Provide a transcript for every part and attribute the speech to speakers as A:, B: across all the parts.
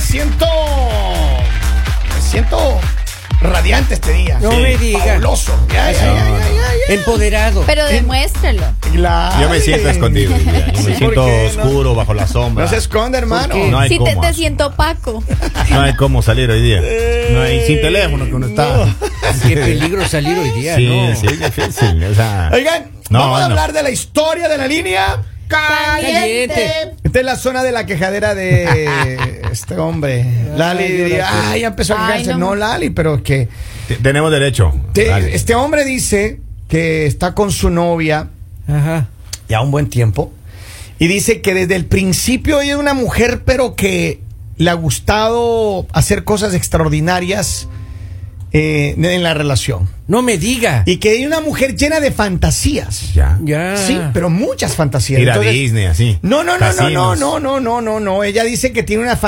A: siento. Me siento radiante este día.
B: No
A: Sí.
B: me diga.
A: Fabuloso. Ya, ya, ya, ya, ya, ya.
B: Empoderado.
C: Pero demuéstralo.
A: Claro.
D: Yo me siento escondido. ya. Yo
B: Sí,
D: me
B: ¿por
D: siento
B: qué no?
D: oscuro bajo la sombra.
A: No se esconde, hermano.
B: ¿Por qué?
D: No hay
C: Si te,
D: cómo.
C: te siento opaco.
D: No hay cómo salir hoy día. No hay sin teléfono que uno está.
B: Qué peligro salir hoy día,
D: Sí,
B: ¿no?
D: sí, es difícil. O sea,
A: Oigan,
D: No,
A: vamos a
D: no.
A: hablar de la historia de la línea.
B: Caliente.
A: Esta es la zona de la quejadera de este hombre. Lali
B: Ay,
A: diría, ay, ya empezó a
C: Ay,
A: quejarse.
C: no.
A: no, Lali, pero es que
D: te- tenemos derecho.
A: te-
D: Dale.
A: este hombre dice que está con su novia
B: Ajá.
A: ya un buen tiempo y dice que desde el principio ella es una mujer, pero que le ha gustado hacer cosas extraordinarias eh, en la relación
B: No me diga.
A: y que es una mujer llena de fantasías.
D: Ya.
B: Ya.
A: Sí, pero muchas fantasías.
D: Ir a
A: Entonces-
D: Disney, así.
A: No, no, no, no, no,
D: Casinos.
A: no, no, no, no, no. Ella dice que tiene unas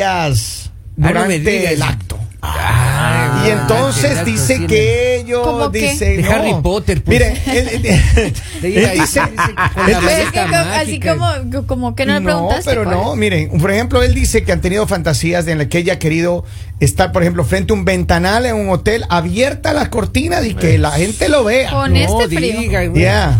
A: fantasías
B: Ah, no
A: durante
B: me digas.
A: el acto.
B: Ah,
A: y
B: qué
A: entonces
B: datos
A: dice
B: tienen.
A: que ellos
C: ¿Cómo qué?
A: dice
B: De
A: no.
B: Harry Potter, pues.
A: Mire, él, él- él
B: De ir ahí,
A: dice,
B: dice, con
A: él
B: la
A: dice-
C: Pero es que
B: Receta
C: co- así
B: mágica.
C: como, como que no le
A: no,
C: preguntaste.
A: pero
C: ¿cuál
A: no,
C: es?
A: miren, por ejemplo, él dice que han tenido fantasías en las que ella ha querido estar, por ejemplo, frente a un ventanal en un hotel, abierta las cortinas y que
B: Pues.
A: la gente lo vea.
C: Con
B: no
C: este frío.
B: diga, güey.
A: Ya.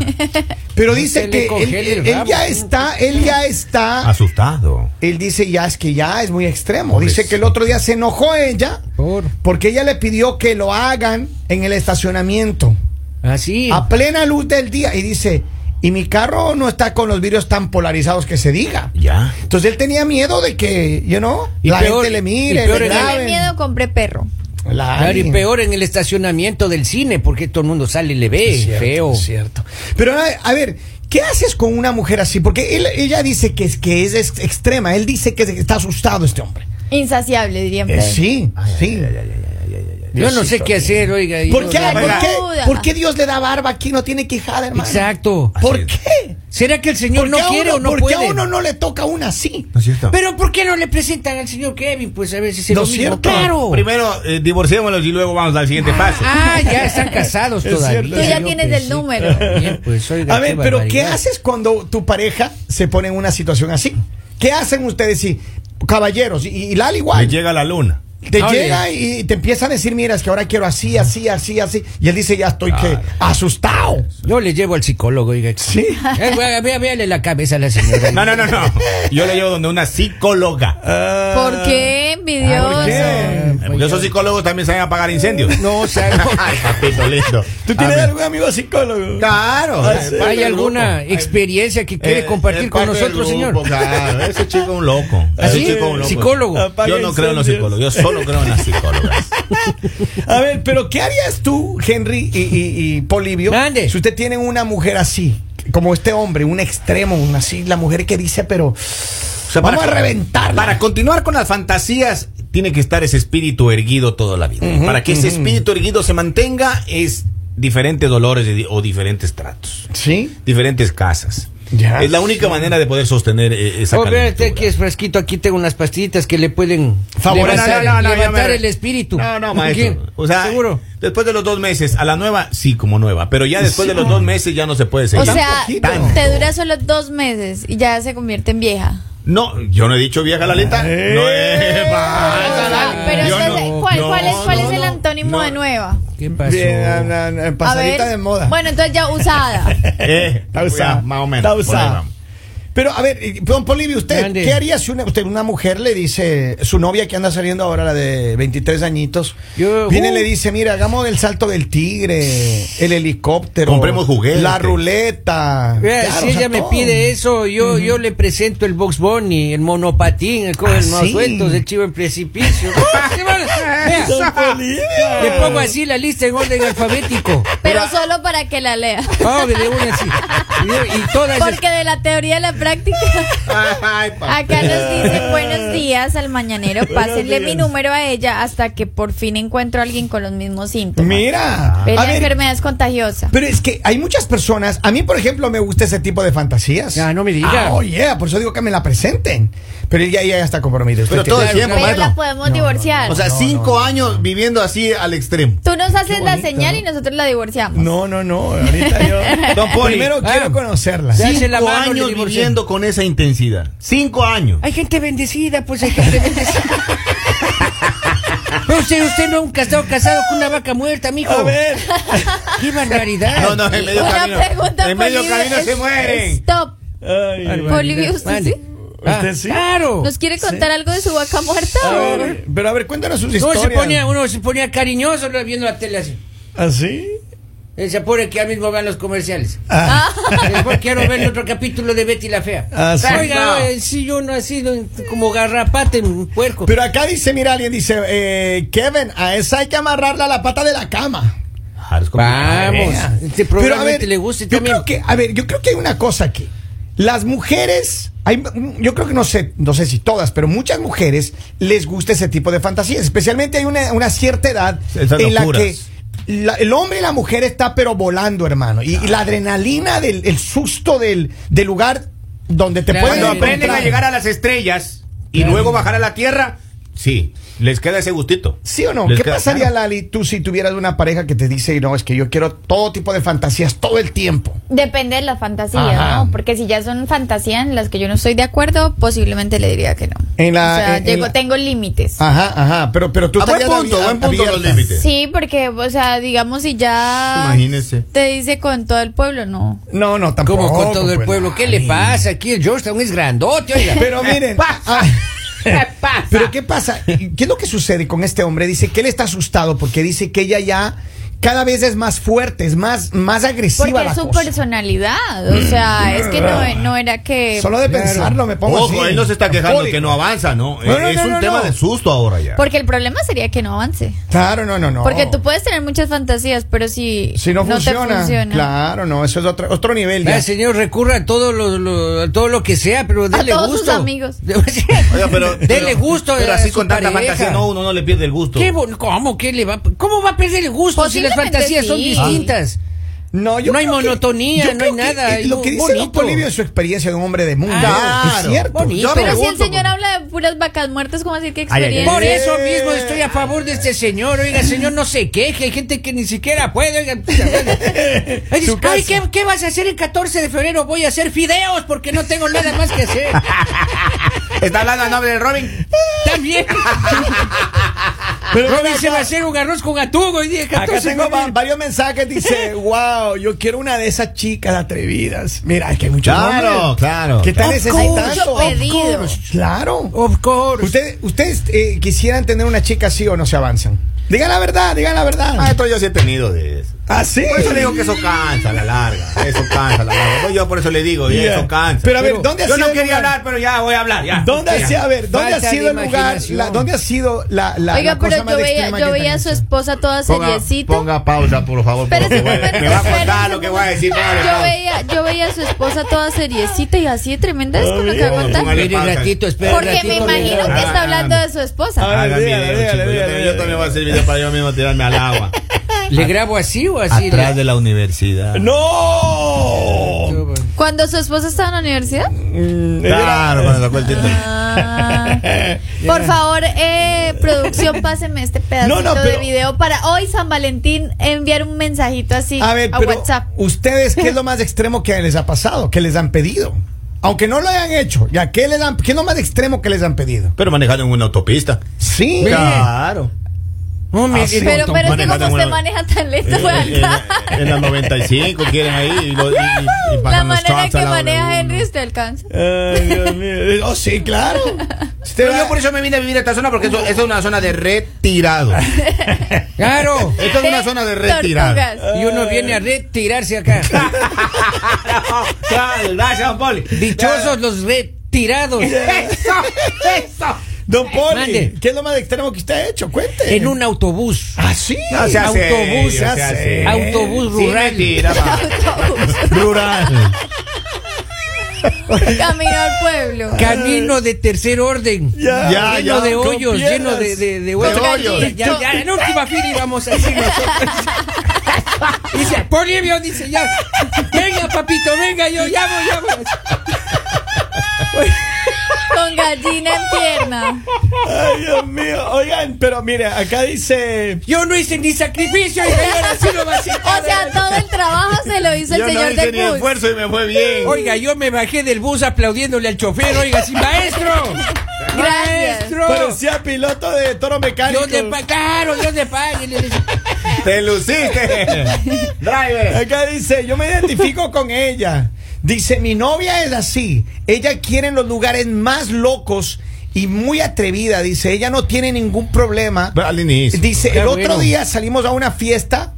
A: Pero dice
B: se le
A: que él,
B: congela el
A: él- él
B: rabo.
A: ya está, él ya está.
D: Asustado.
A: Él dice ya es que ya es muy extremo.
D: Pobrecito.
A: Dice que el otro día se enojó ella
B: Pues. Por.
A: porque ella le pidió que lo hagan en el estacionamiento
B: Así.
A: a plena luz del día y dice y mi carro no está con los vidrios tan polarizados que se diga.
D: Ya.
A: Entonces él tenía miedo de que, you know,
B: Y
A: la
B: peor-
A: gente le mire,
B: y peor
A: le
B: era-
C: Dale
A: graben.
C: miedo, compré perro.
A: La-
B: Claro, y peor en el estacionamiento del cine, porque todo el mundo sale y le ve,
A: Es cierto,
B: eh, feo.
A: es cierto. Pero a, a ver, ¿qué haces con una mujer así? Porque él- ella dice que es que es, ex- extrema, él dice que está asustado este hombre.
C: Insaciable, dirían.
A: Eh,
C: por ahí.
A: sí, sí.
B: Yo no sé qué hacer, oiga. yo
A: ¿Por qué,
B: no-
C: Dios,
A: por,
C: Dios.
A: qué,
C: Ayuda.
A: por qué Dios le da barba aquí? No tiene quijada, hermano.
B: Exacto.
A: ¿Por
D: Así es.
A: qué?
B: ¿Será que el
A: ¿Por
B: señor
A: qué
B: no
A: a
B: quiere
A: uno-
B: o no
A: por qué
B: puede?
A: a uno no le toca una así?
D: No es cierto.
B: Pero ¿por qué no le presentan al señor Kevin? Pues a ver si se
A: No
B: lo
A: es
B: mismo.
A: cierto.
B: Claro.
D: Primero, eh, divorciémonos y luego vamos al siguiente paso.
B: Ah, ya están casados
A: Es
B: todavía.
A: cierto,
C: Tú ya
A: sí,
C: tienes el número.
B: Bien, pues, oiga,
A: A ver,
B: qué
A: pero ¿qué
B: barbaridad.
A: haces cuando tu pareja se pone en una situación así? ¿Qué hacen ustedes si, caballeros, y, y Lali
D: Le
A: igual,
D: llega la luna.
A: te
B: Oye.
A: llega y te empieza a decir, mira, es que ahora quiero así, así, así, así, y él dice, ya estoy que
D: Claro.
A: asustado.
B: Yo le llevo al psicólogo, oiga.
A: Sí.
B: Eh, vea- vea- véale la cabeza a la señora.
D: No, no, no, no. Yo le llevo donde una psicóloga.
C: ¿Por qué, envidioso?
A: ¿por qué?
B: Ah,
D: Porque esos psicólogos también saben apagar incendios.
B: No, o sea, no.
D: Ay, papito lindo.
A: ¿Tú tienes algún amigo psicólogo?
D: Claro.
A: Ah, sí.
B: ¿Hay alguna experiencia que quiere
D: Eh,
B: compartir
D: es
B: con
D: parte del
B: nosotros, señor?
D: grupo, claro. Ese chico es un loco.
B: ¿Ah,
D: Ese
B: sí?
D: chico es un loco.
B: Psicólogo.
A: Apaga
D: Yo no creo en los
A: incendios.
D: psicólogos, yo solo creo en las psicólogas.
A: A ver, pero ¿qué harías tú, Henry y, y- y Polivio,
B: Mande.
A: si usted tiene una mujer así, como este hombre, un extremo, una así, la mujer que dice, pero vamos a reventarla?
D: Para continuar con las fantasías, tiene que estar ese espíritu erguido toda la vida. para que ese espíritu erguido se mantenga, es diferentes dolores de di- o diferentes tratos,
A: Sí.
D: diferentes casas.
A: Ya.
D: es la única manera de poder sostener eh, esa
B: Oh, vea
D: calentura.
B: usted que es fresquito, aquí tengo unas pastillitas que le pueden
A: Favorecer.
B: levantar,
A: No, no, no,
D: yo
B: levantar
D: me-
B: el espíritu.
D: No, no, maestro.
B: ¿Qué?
D: O sea,
B: seguro.
D: después de los dos meses, a la nueva, sí, como nueva. Pero ya después de los dos meses ya no se puede
C: O
D: seguir.
C: sea,
A: poquito.
C: te dura solo dos meses y ya se convierte en vieja.
D: No, yo no he dicho vieja Lalita. No, eh,
C: O
D: pásala.
C: sea, pero
D: Yo
C: entonces,
D: no,
C: ¿cuál,
D: no,
C: cuál es, cuál
D: no,
C: es el
D: no,
C: antónimo
D: no.
C: de nueva?
B: ¿Qué pasó?
A: Bien, na- na-
C: A
A: pasadita
C: ver.
A: de moda.
C: Bueno, entonces ya usada.
D: Eh,
A: Está usada.
D: ya, más o menos.
A: Está
D: por ahí
A: usada.
D: vamos.
A: Pero a ver, eh, don Polivio, usted,
B: Grande.
A: ¿qué haría si una, usted, una mujer le dice, su novia que anda saliendo ahora, la de 23 añitos,
B: Yo-
A: viene y
B: uh.
A: le dice, mira, hagamos el salto del tigre, el helicóptero,
D: Compremos juguetes.
A: la ruleta.
B: Vea,
A: Claro,
B: si
A: o sea,
B: ella me
A: todo.
B: pide eso, yo, yo le presento el box bunny, el monopatín, el cobre
A: Ah,
B: el más
A: sí.
B: sueltos, el chivo en precipicio. ¿Qué mal- Vea,
A: Ah,
B: le pongo así la lista en orden alfabético.
C: Pero solo para que la lea.
B: Ah, de una así. Y, y todas esas-
C: Porque de la teoría a la práctica. Acá nos dice buenos días al mañanero. Pásenle mi número a ella hasta que por fin encuentro a alguien con los mismos síntomas.
A: Mira.
C: Pero
A: A
C: la
A: ver,
C: enfermedad es contagiosa.
A: pero es que hay muchas personas, a mí por ejemplo me gusta ese tipo de fantasías.
B: Ya, no me diga.
A: Ah, oh, yeah, por eso digo que me la presenten. Pero ella ya, ya está comprometida. Usted
D: Pero todo el
A: tiene-
D: tiempo,
C: Pero la
D: maestro.
C: podemos divorciar.
D: O sea, cinco años viviendo así al extremo.
C: Tú nos haces la señal y nosotros la divorciamos.
A: No, no, no. Ahorita yo.
D: Don Poli.
A: Primero
B: Ah.
A: quiero conocerla.
B: Sí. Hace la
D: Cinco
B: mano, le
D: años
B: divorcié.
D: viviendo con esa intensidad. Cinco años.
B: Hay gente bendecida, pues hay gente bendecida. Pero usted, usted nunca ha estado casado con una vaca muerta, mijo.
A: A ver.
B: Qué barbaridad.
D: No, no, en medio
C: Una
D: camino.
C: pregunta
D: En medio
C: Polivio,
D: camino se
C: es-
D: mueren.
C: Stop.
A: Ay,
B: Barbaridad.
C: Polivio, ¿usted
B: Vale.
C: sí?
B: Ah,
A: ¿Usted sí?
B: Claro.
C: ¿Nos quiere contar algo de su vaca muerta?
A: Oh. a ver, pero a ver, cuéntanos sus
B: Uno
A: historias. ¿Ah,
B: se, ponía, uno se ponía cariñoso ¿no? viendo la tele así.
A: ¿Así?
B: Se apure que ya mismo vean los comerciales.
A: Ah,
B: Después quiero ver otro capítulo de Betty la Fea.
A: Ah, sí.
B: Oiga,
D: No.
B: eh, si yo no he sido como garrapata en un puerco.
A: Pero acá dice, mira, alguien dice, eh, Kevin, a esa hay que amarrarla a la pata de la cama.
D: Ah, es como-
B: Vamos,
D: Ah,
B: este
A: Pero
B: programa
A: a ver,
B: te le gusta y
A: yo
B: también.
A: creo que, a ver, yo creo que hay una cosa aquí. Las mujeres, hay, mm, yo creo que no sé, no sé si todas, pero muchas mujeres les gusta ese tipo de fantasías. Especialmente hay una, una cierta edad
D: Esas
A: en la que
D: locuras.
A: la- el hombre y la mujer está pero volando, hermano. Y, y la adrenalina del el susto del, del lugar donde te
B: Claro.
A: pueden
D: Cuando
B: Ay,
D: aprenden a
A: encontrar.
D: llegar a las estrellas y
B: Claro.
D: luego bajar a la tierra, sí, les queda ese gustito.
A: ¿Sí o no?
D: Les
A: ¿Qué
D: queda-
A: pasaría,
D: claro.
A: Lali, tú si tuvieras una pareja que te dice, no, es que yo quiero todo tipo de fantasías todo el tiempo?
C: Depende de la fantasía,
A: Ajá.
C: ¿no? Porque si ya son fantasías en las que yo no estoy de acuerdo, posiblemente le diría que no.
A: En la-
C: o sea,
A: en- en
C: llego-
A: la- Ah.
C: tengo límites.
A: Ajá, ajá, pero, pero
B: Ah,
A: tú
D: A buen
A: estarías
D: punto,
A: abri-
D: buen punto los
A: abierta.
D: límites.
C: Sí, porque, o sea, digamos, si ya
D: Imagínese.
C: te dice con todo el pueblo, no.
A: No, no, tampoco.
B: Como con todo el
A: pues,
B: pueblo. ¿Qué
A: Lali.
B: le pasa? Aquí el Georgetown es grandote, oiga.
A: Pero miren. ah,
B: ¿Qué pasa?
A: pero ¿qué pasa? ¿Qué es lo que sucede con este hombre? Dice que él está asustado porque dice que ella ya cada vez es más fuerte, es más, más agresiva
C: Porque
A: la
C: es su
A: cosa.
C: personalidad, o sea, es que no, no era que...
A: Solo de
B: Claro.
A: pensarlo me pongo
D: Ojo,
A: así.
D: él no se está quejando
A: Fólico.
D: que no avanza, ¿no?
A: No, no,
D: es
A: no,
D: un
A: no,
D: tema
A: no.
D: de susto ahora ya.
C: Porque el problema sería que no avance.
A: Claro, no, no, no.
C: Porque tú puedes tener muchas fantasías, pero si,
A: Si no,
C: te
A: funciona,
C: funciona...
A: Claro, no, eso es otro, otro nivel.
B: Vea,
A: Ya.
B: señor, recurra a todo lo, lo- a todo lo que sea, pero dele
C: todos sus
B: gusto.
C: amigos.
D: Oiga, pero,
B: dele
D: pero-
B: gusto.
D: Pero
B: a
D: así
B: su
D: con tanta
B: pareja.
D: fantasía, no, uno no le pierde el gusto.
B: ¿Qué bon- ¿Cómo? ¿Qué le va? a- ¿Cómo va a perder el gusto si las
C: Posiblemente
B: fantasías son
C: sí.
B: distintas?
A: No,
B: No hay
A: creo
B: monotonía,
A: yo
B: no
A: creo
B: hay
A: que eh,
B: nada,
A: Lo
B: es
A: que dice
B: bonito.
A: Don Polibio es su experiencia de un hombre de mundo.
B: Ah,
D: Claro,
A: es cierto.
B: bonito.
D: Yo me
C: Pero si el
D: pregunto,
C: señor
D: pues.
C: habla de puras vacas muertas, ¿cómo así que
D: Ay, ay, ay.
C: experiencia?
B: Por eso mismo estoy a favor de este señor. Oiga, señor, no se queje. Hay gente que ni siquiera puede. Oiga, Ay, dice,
A: Su
B: ay,
A: caso.
B: ¿qué, qué vas a hacer el 14 de febrero? Voy a hacer fideos porque no tengo nada más que hacer.
D: Está hablando a nombre de Robin.
A: Ah.
B: También.
A: Pero
B: Robin
A: mira,
B: se va a
A: acá-
B: hacer un arroz con atugo. Y dije,
A: Acá
B: 14 de
A: tengo va-
B: febrero.
A: varios mensajes. Dice, wow, yo quiero una de esas chicas atrevidas. Mira, es que hay muchos
D: Claro,
A: hombres
D: claro.
A: Que están
C: Of
A: necesitando.
C: course, mucho
A: Of course,
C: pedido.
A: Claro.
B: Of course.
A: Usted- ¿Ustedes eh, quisieran tener una chica así o no se avanzan? Digan la verdad, digan la
D: Ah,
A: verdad.
D: esto yo sí he tenido de eso.
A: ¿Ah, sí?
D: Por eso le digo que eso cansa a la larga. Eso cansa a la larga. Yo por eso le digo, y
A: Yeah.
D: eso cansa.
A: Pero a ver, ¿dónde ha
D: Yo
A: sido
D: no
A: el
D: quería
A: lugar?
D: hablar, pero ya voy a hablar. Ya.
A: ¿Dónde ha
D: Ya.
A: sido, a ver, ¿dónde ha
B: Falta
A: sido el
B: de
A: lugar?
B: imaginación.
A: la- ¿Dónde ha sido la, la,
C: Oiga,
A: la cosa
C: pero
A: más
C: yo veía,
A: extrema
C: yo
A: que
C: veía a
A: han
C: su
A: hecho?
C: esposa toda seriecita.
D: pausa, por favor.
C: Espérese
D: porque
C: un
D: voy-
C: momento,
D: me va a
C: espérese
D: contar lo
C: un
D: que voy a
C: momento.
D: decir. padre,
C: Yo
D: pausa.
C: veía, yo veía a su esposa toda seriecita y así de tremenda es con lo que va a contar.
D: Póngale
B: Espere
D: pausa.
B: ratito, espere
C: Porque
B: ratito. Ah.
C: me imagino que está hablando de su esposa.
A: A ver,
D: Hagan
A: dígale,
D: video,
A: dígale,
D: chicos. Yo
A: dígale,
D: también-
A: dígale.
D: Yo también voy a hacer video para yo mismo tirarme al agua.
B: ¿Le grabo así o así?
D: Atrás de la universidad.
A: ¡No!
C: Cuando su esposa estaba en la universidad.
D: Claro, cuando sacó el título.
C: Ah. por favor, eh, producción, pásenme este pedacito
A: No, no,
C: de
A: pero-
C: video para hoy San Valentín enviar un mensajito así
A: A ver, pero
C: WhatsApp.
A: ustedes, ¿qué es lo más extremo que les ha pasado? ¿Qué les han pedido? Aunque no lo hayan hecho, ¿ya qué, les han, qué es lo más extremo que les han pedido?
D: Pero manejando en una autopista.
A: Sí.
B: Mira.
D: Claro.
B: No me-
A: Así.
C: Pero, pero es que
D: manejando
C: como
D: en
C: usted
D: una-
C: maneja tan lento
D: En,
C: por
D: en,
C: acá.
D: Eh, en la 95 quieren ahí y, lo, y, y- y
C: La
D: pasan los
C: manera
D: trucks a
C: que
D: la
C: maneja
D: 1.
C: Henry usted alcanza.
A: Ay, Dios mío. Oh, sí, claro. Usted
D: Pero
A: va-
D: yo por eso me vine a vivir a esta zona porque eso, eso es una zona de retirado.
B: Claro.
D: Esto es una
C: De
D: zona de retirado.
C: tortugas.
B: Y uno viene a retirarse acá.
D: Claro, Gracias, don Poli.
B: Dichosos los retirados.
D: Eso, eso.
A: Don Poli,
B: Mande.
A: ¿qué es lo más extremo que usted ha hecho? Cuente.
B: En un autobús.
A: Ah, sí.
D: No sea serio,
B: Autobús,
D: sea
A: hace.
D: serio.
B: Autobús
D: Sí,
B: rural.
D: mentira, va. Rural.
C: Camino al pueblo.
B: Camino de tercer orden.
A: Ya,
D: ya,
B: lleno de
A: con
B: hoyos,
A: piedras.
B: lleno de, de, de
C: Con
B: hoyos.
C: hoyos.
B: Ya, ya, ya, en última fila íbamos así nosotros. Dice, Polivio dice, ya, venga papito, venga, yo ya voy, ya voy.
C: Con gallina en pierna.
A: Ay, Dios mío. Oigan, pero mire, acá dice.
B: Yo no hice ni sacrificio y ahora sí lo va a hacer.
C: O sea, todo el trabajo se lo hizo el
D: yo no
C: señor
D: hice
C: del
D: ni
C: bus.
D: esfuerzo y me fue bien.
B: Oiga, yo me bajé del bus aplaudiéndole al chofer, oiga, sí, maestro.
C: Gracias.
B: Maestro.
A: Parecía piloto de toro mecánico.
B: Dios le pa- claro, Dios le pague. le- le-
D: Te luciste. Driver.
A: Acá dice, yo me identifico con ella. Dice, mi novia es así. Ella quiere en los lugares más locos y muy atrevida. Dice, ella no tiene ningún problema.
D: Al inicio.
A: Dice,
B: Qué
A: el otro
B: bueno.
A: día salimos a una fiesta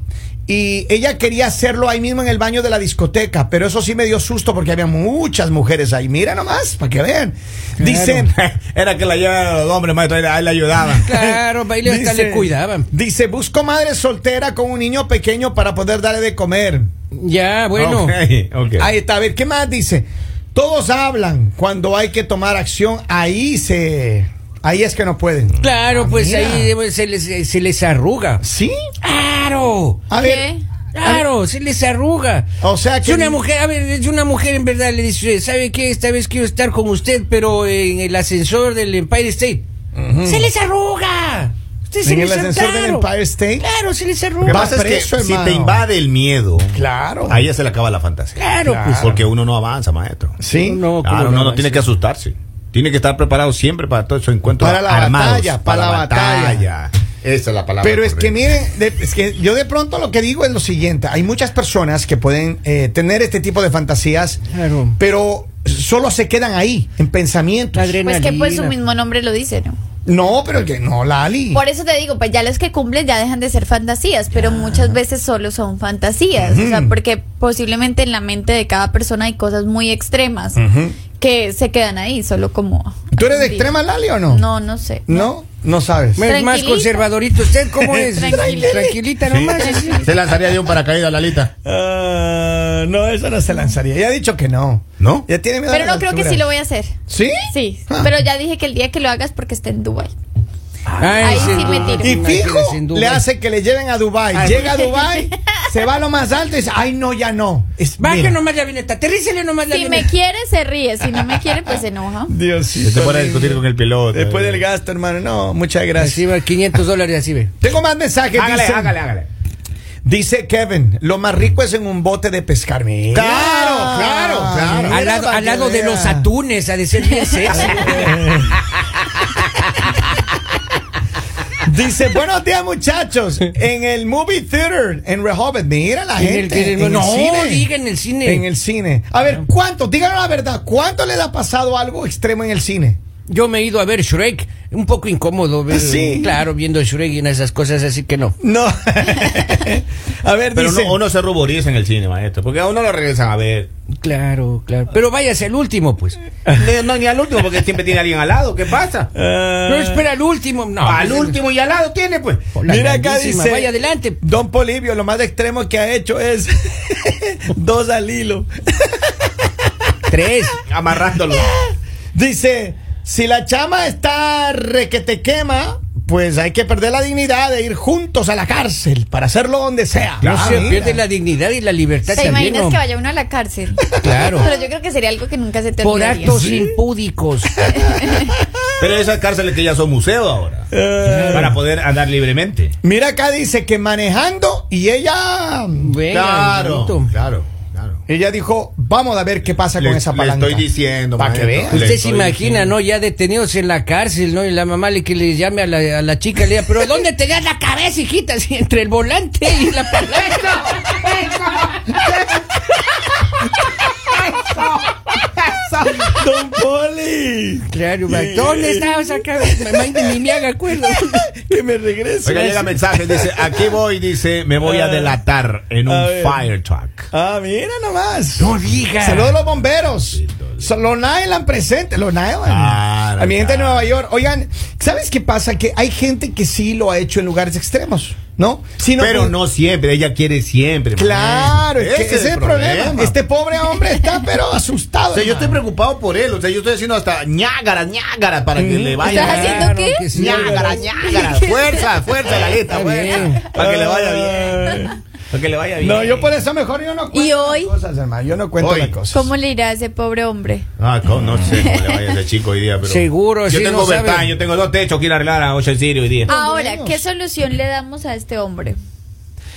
A: y ella quería hacerlo ahí mismo en el baño de la discoteca, pero eso sí me dio susto porque había muchas mujeres ahí. Mira nomás, para que vean. Dice,
D: Era que la llevaban los hombres, maestro. Ahí le ayudaban.
B: Claro, baile hasta le cuidaban.
A: dice, busco madre soltera con un niño pequeño para poder darle de comer.
B: Ya, bueno.
D: Ok, ok.
A: Ahí está, a ver, ¿qué más dice? Todos hablan cuando hay que tomar acción, ahí se... Ahí es que no pueden.
B: Claro, pues
A: Ah, mira.
B: ahí eh, se les, se les arruga.
A: ¿Sí?
B: Claro.
A: A ver.
C: ¿Qué?
A: Ah.
B: Claro, se les arruga.
A: O sea que...
B: Es una mujer, a ver, es una mujer en verdad, le dice, ¿sabe qué? Esta vez quiero estar con usted, pero en el ascensor del Empire State. ¡Se les arruga! Usted se
A: En
B: les
A: el ascensor del
B: arrugaron.
A: Empire State.
B: Claro, se les
D: Lo que
A: Va
B: arruga.
D: pasa es que
A: preso,
D: si
A: hermano.
D: te invade el miedo,
A: Claro.
D: a ella se le acaba la fantasía.
B: Claro, pues.
D: Porque uno no avanza, maestro.
A: Sí.
B: No,
D: Claro,
B: ¿cómo
D: uno no
B: maestro?
D: tiene que asustarse. Tiene que estar preparado siempre para todos esos encuentros
A: Para la
D: armados,
A: batalla, para la batalla.
D: Esa es la palabra.
A: Pero es que
D: correcta.
A: miren, de- es que yo de pronto lo que digo es lo siguiente, hay muchas personas que pueden eh, tener este tipo de fantasías,
B: Claro.
A: pero solo se quedan ahí, en pensamientos.
B: Adrenalina.
C: Pues que pues su mismo nombre lo dice, ¿no?
A: No, pero que no, Lali.
C: Por eso te digo, pues ya los que cumplen ya dejan de ser fantasías, pero muchas veces solo son fantasías, o sea, porque posiblemente en la mente de cada persona hay cosas muy extremas que se quedan ahí, solo como...
A: ¿Tú eres de
C: Sí.
A: extrema, Lali, o no?
C: No, no sé.
A: No, no sabes.
B: Es más
C: Tranquilita.
B: conservadorito usted, ¿cómo es?
C: Tranquilita.
B: Tranquilita
D: Sí.
B: nomás. así.
D: Se lanzaría de un paracaídas, Lalita.
A: Ah, no, eso no se lanzaría. Ya ha dicho que no.
D: ¿No?
A: Ya tiene miedo a
C: Pero
A: las
C: no creo que
A: alturas.
C: sí lo voy a hacer.
A: ¿Sí?
C: Sí,
A: Ah.
C: pero ya dije que el día que lo hagas porque esté en Dubai.
B: Ay,
C: Ah, Ahí sí
B: en
C: me
B: Dubái.
C: tiro.
A: Y fijo,
B: Imagínese en Dubái.
A: le hace que le lleven a Dubai.
B: Ay.
A: Llega a Dubai, se va a lo más alto y dice, ay, no, ya no. Es,
B: Baje
A: mira.
B: nomás la avioneta, aterrícele nomás la
C: Si me
B: avioneta.
C: quiere, se ríe. Si no me quiere, pues se enoja.
A: Dios
D: Se te pone a discutir con el piloto. eh.
A: Después del gasto, hermano. No, muchas
B: Así
A: gracias.
B: va, 500 dólares, así ve.
A: Tengo más mensajes.
D: Hágale,
A: dicen.
D: hágale, hágale.
A: Dice Kevin, lo más rico es en un bote de pescar. Mira.
D: Claro, claro, claro.
A: Ah, Mira,
B: Al lado,
A: para
B: al
A: que
B: lado de
A: vea.
B: los atunes, ha de ser bien sexy.
A: Dice, buenos días, muchachos. En el movie theater en Rehoboth. Mira la
B: En el
A: gente.
B: que-
A: en el
B: no,
A: cine.
B: diga en el cine.
A: En el cine. A ver, ¿cuánto? Díganos la verdad. ¿Cuánto les ha pasado algo extremo en el cine?
B: Yo me he ido a ver Shrek, un poco incómodo, ver-
A: Sí.
B: claro, viendo Shrek y en esas cosas, así que no.
A: No. a ver,
D: Pero
A: dice.
D: no, uno se ruboriza en el cine, maestro. Porque a uno lo regresan a ver.
B: Claro, claro. Pero váyase al último, pues.
D: No, ni al último, porque siempre tiene alguien al lado. ¿Qué pasa?
B: No espera al último, no.
D: al último y al lado tiene, pues.
B: La
A: Mira acá
B: grandísima,
A: dice.
B: vaya adelante.
A: Don Polibio, lo más extremo que ha hecho es dos al hilo.
B: Tres.
D: Amarrándolo.
A: Dice, si la chama está re que te quema, pues hay que perder la dignidad de ir juntos a la cárcel para hacerlo donde sea.
B: No
A: Ah,
B: se
A: mira.
B: pierde la dignidad y la libertad
C: ¿Te
B: también.
C: imaginas
B: ¿no?
C: que vaya uno a la cárcel?
B: Claro.
C: Pero yo creo que sería algo que nunca se te
B: Por
C: olvidaría.
B: actos impúdicos.
D: Pero esas cárceles que ya son museo ahora. Para poder andar libremente.
A: Eh, Mira acá dice que manejando y ella
B: Venga, bonito.
D: claro, claro.
A: ella dijo, vamos a ver qué pasa con
D: Le-
A: esa
D: le
A: palanca.
D: estoy diciendo,
A: Para que
D: maestro.
A: vean.
D: Le
B: Usted se
D: estoy
B: imagina,
D: diciendo.
B: ¿no? Ya detenidos en la cárcel, ¿no? Y la mamá le que le llame a la, a la chica, le diga, pero ¿dónde te das la cabeza, hijita? Si entre el volante y la palanca.
A: Don Poli,
B: Claro, ma- ¿dónde estabas acá? Mamá, ni me haga acuerdo.
A: que me regrese.
D: Oiga, llega mensaje, dice, aquí voy, dice, me voy a delatar en
A: Ah. A
D: un
A: ver.
D: fire truck.
A: Ah, mira nomás.
B: No diga.
A: Saludos a los bomberos.
D: todo.
A: So- Los Nylan presentes, los Nylan.
D: Ah,
A: a mi gente de
D: claro.
A: Nueva York. Oigan, ¿sabes qué pasa? Que hay gente que sí lo ha hecho en lugares extremos, ¿no? Si
D: Pero no siempre, ella quiere siempre.
A: Claro, es que ese es el problema.
D: Este
A: Este pobre hombre está pero asustado.
D: o sea, yo estoy
A: hermano.
D: preocupado por él, o sea, yo estoy haciendo hasta ñágara, ñágara para que le vaya.
C: ¿Estás haciendo
B: Claro
C: qué?
B: que sí.
D: ñágara, ñágara, fuerza, fuerza, la lista,
B: Está
D: fuerza,
B: bien.
D: para que le vaya bien. Para que le vaya bien.
A: No, yo por eso mejor yo no cuento
C: ¿Y hoy?
A: las cosas, hermano. Yo no cuento
D: Hoy.
A: las cosas.
C: ¿Cómo le irá a ese pobre hombre?
D: Ah, cómo, no sé cómo le vaya a ese chico hoy día, pero.
B: Seguro,
D: Yo
B: sí,
D: tengo
B: no sabe.
D: ventaja, yo tengo dos techos que ir a arreglar a Ocean City hoy día.
C: Ahora,
A: buenos.
C: ¿qué solución le damos a este hombre?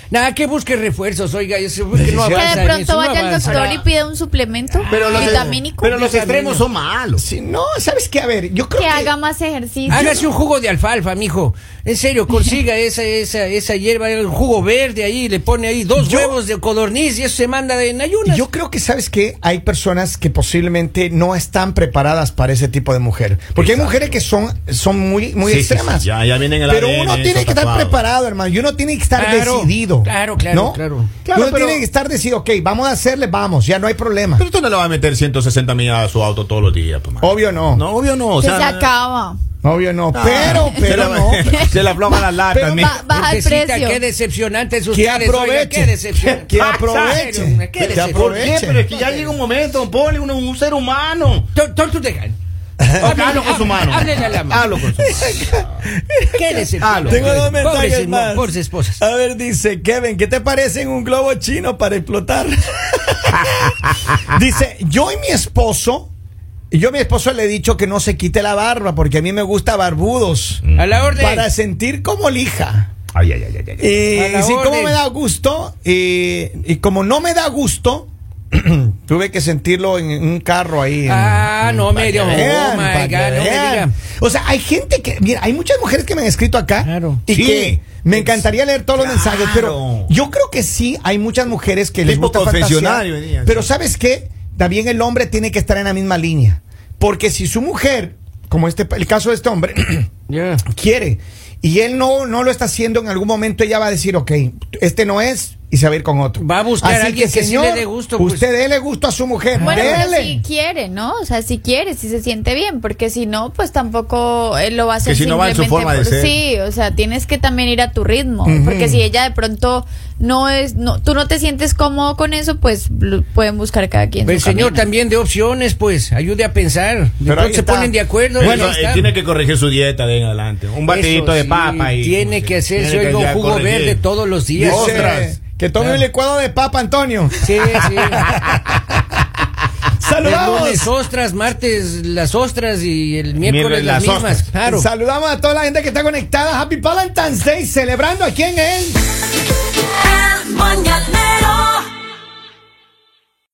B: Nada, que busque refuerzos, oiga, yo sé que no
A: Que
C: Que
B: avanza.
C: de
B: en eso,
C: pronto
B: no
C: vaya al
B: avanza.
C: doctor y pida un suplemento
D: Pero los,
C: vitamínico.
D: pero los
B: Vitamina.
D: extremos son malos.
A: Sí, no, ¿sabes qué? A ver, yo creo
C: que
A: que.
C: haga más ejercicio.
B: Hágase un jugo de alfalfa, mijo. En serio, consiga esa, esa, esa hierba, un jugo verde ahí, le pone ahí dos
A: Yo-
B: huevos de codorniz y eso se manda en ayunas.
A: Yo creo que, ¿sabes qué? Hay personas que posiblemente no están preparadas para ese tipo de mujer. Porque hay
D: Exacto.
A: mujeres que son, son muy, muy
D: Sí, sí,
A: extremas.
D: sí, ya- ya vienen en el
A: Pero
D: ADN,
A: uno tiene
D: eso
A: que estar
D: tatuado.
A: preparado, hermano. Y uno tiene que estar
B: Claro,
A: decidido.
B: claro, claro,
A: ¿no?
B: claro.
A: uno
D: Claro, pero-
A: tiene que estar decidido. Ok, vamos a hacerle, vamos. Ya no hay problema.
D: Pero tú no le vas a meter 160 millas a su auto todos los días, pues, man.
A: Obvio no.
D: No, obvio no. O
C: que
D: sea,
C: se acaba.
A: Obvio no.
D: ah,
A: pero,
D: se
A: pero
D: la-
A: no.
D: Se le aflojan las latas,
A: Pero
D: mijo.
C: va- baja el
B: Gentecita,
C: precio.
B: Qué decepcionante sus
A: Que
B: caras, oiga,
A: aproveche.
B: qué decepcionante.
A: Que
B: Ah,
A: aproveche.
B: serio, hombre, qué
A: Que
B: decepcionante.
A: aproveche.
D: Eh, pero es que ya llega un momento, Poli, uno es un ser humano.
B: Tor- Tortu de gan.
D: Hablo con su mano.
B: Háblele a la mano.
D: Hablo con su mano.
B: Qué decepcionante.
A: Tengo dos
B: Pobres
A: mensajes
B: inmo-
A: más.
B: Pobres esposas.
A: A ver, dice Kevin, ¿qué te parece en un globo chino para explotar? dice, yo y mi esposo, yo a mi esposo le he dicho que no se quite la barba porque a mí me gusta barbudos
B: A la Mm. orden.
A: para sentir como lija.
D: Ay, ay, ay, ay, ay.
A: Y
B: A la
A: sí, como
B: orden.
A: me da gusto, y, y como no me da gusto, tuve que sentirlo en un carro ahí. en-
B: Ah, no, medio. Oh, my
A: Vean, para que
B: God, no me
A: vean.
B: diga.
A: O sea, hay gente que. Mira, hay muchas mujeres que me han escrito acá.
B: Claro.
A: Y
D: Sí.
A: que me encantaría leer todos los
D: Claro.
A: mensajes, pero yo creo que sí hay muchas mujeres que les
D: Tipo
A: gusta fantasear.
D: confesionario, venía.
A: Pero ¿sabes qué? También el hombre tiene que estar en la misma línea. Porque si su mujer, como este, el caso de este hombre,
B: Ya.
A: quiere y él no, no lo está haciendo, en algún momento ella va a decir, ok, este no es y se va a ir con otro.
B: Va a buscar a alguien que sí le dé gusto, pues.
A: Usted déle gusto a su mujer.
C: Bueno, pero
A: dele.
C: si quiere, ¿no? O sea, si quiere, si se siente bien, porque si no, pues tampoco él lo va a hacer.
D: Que si no va en su
C: simplemente
D: forma
C: por-
D: de ser.
C: Sí, o sea, tienes que también ir a tu ritmo, porque si ella de pronto no es, no, tú no te sientes cómodo con eso, pues lo- pueden buscar cada quien.
B: El
C: su
B: señor
C: camino.
B: también de opciones, pues, ayude a pensar. De
A: Pero ahí
B: pronto se
A: está.
B: ponen de acuerdo.
D: Bueno,
B: y ya
D: eh,
B: está.
D: tiene que corregir su dieta de ahí en adelante. Un batidito
B: Eso
D: de
B: sí,
D: papa y.
B: Tiene que hacerse
D: Tiene que
B: oiga, un
D: ya
B: jugo
D: corregir.
B: verde todos los
A: Dice,
B: días.
D: Ostras.
A: Que tome un
B: Claro.
A: licuado de papa, Antonio.
B: Sí, sí. El
A: Saludamos.
B: lunes ostras, martes las ostras y el miércoles
D: Miércoles
B: las,
D: las
B: mismas.
D: ostras.
B: Claro.
A: Saludamos a toda la gente que está conectada. Happy Valentine's Day, celebrando aquí en el.
E: El mañanero.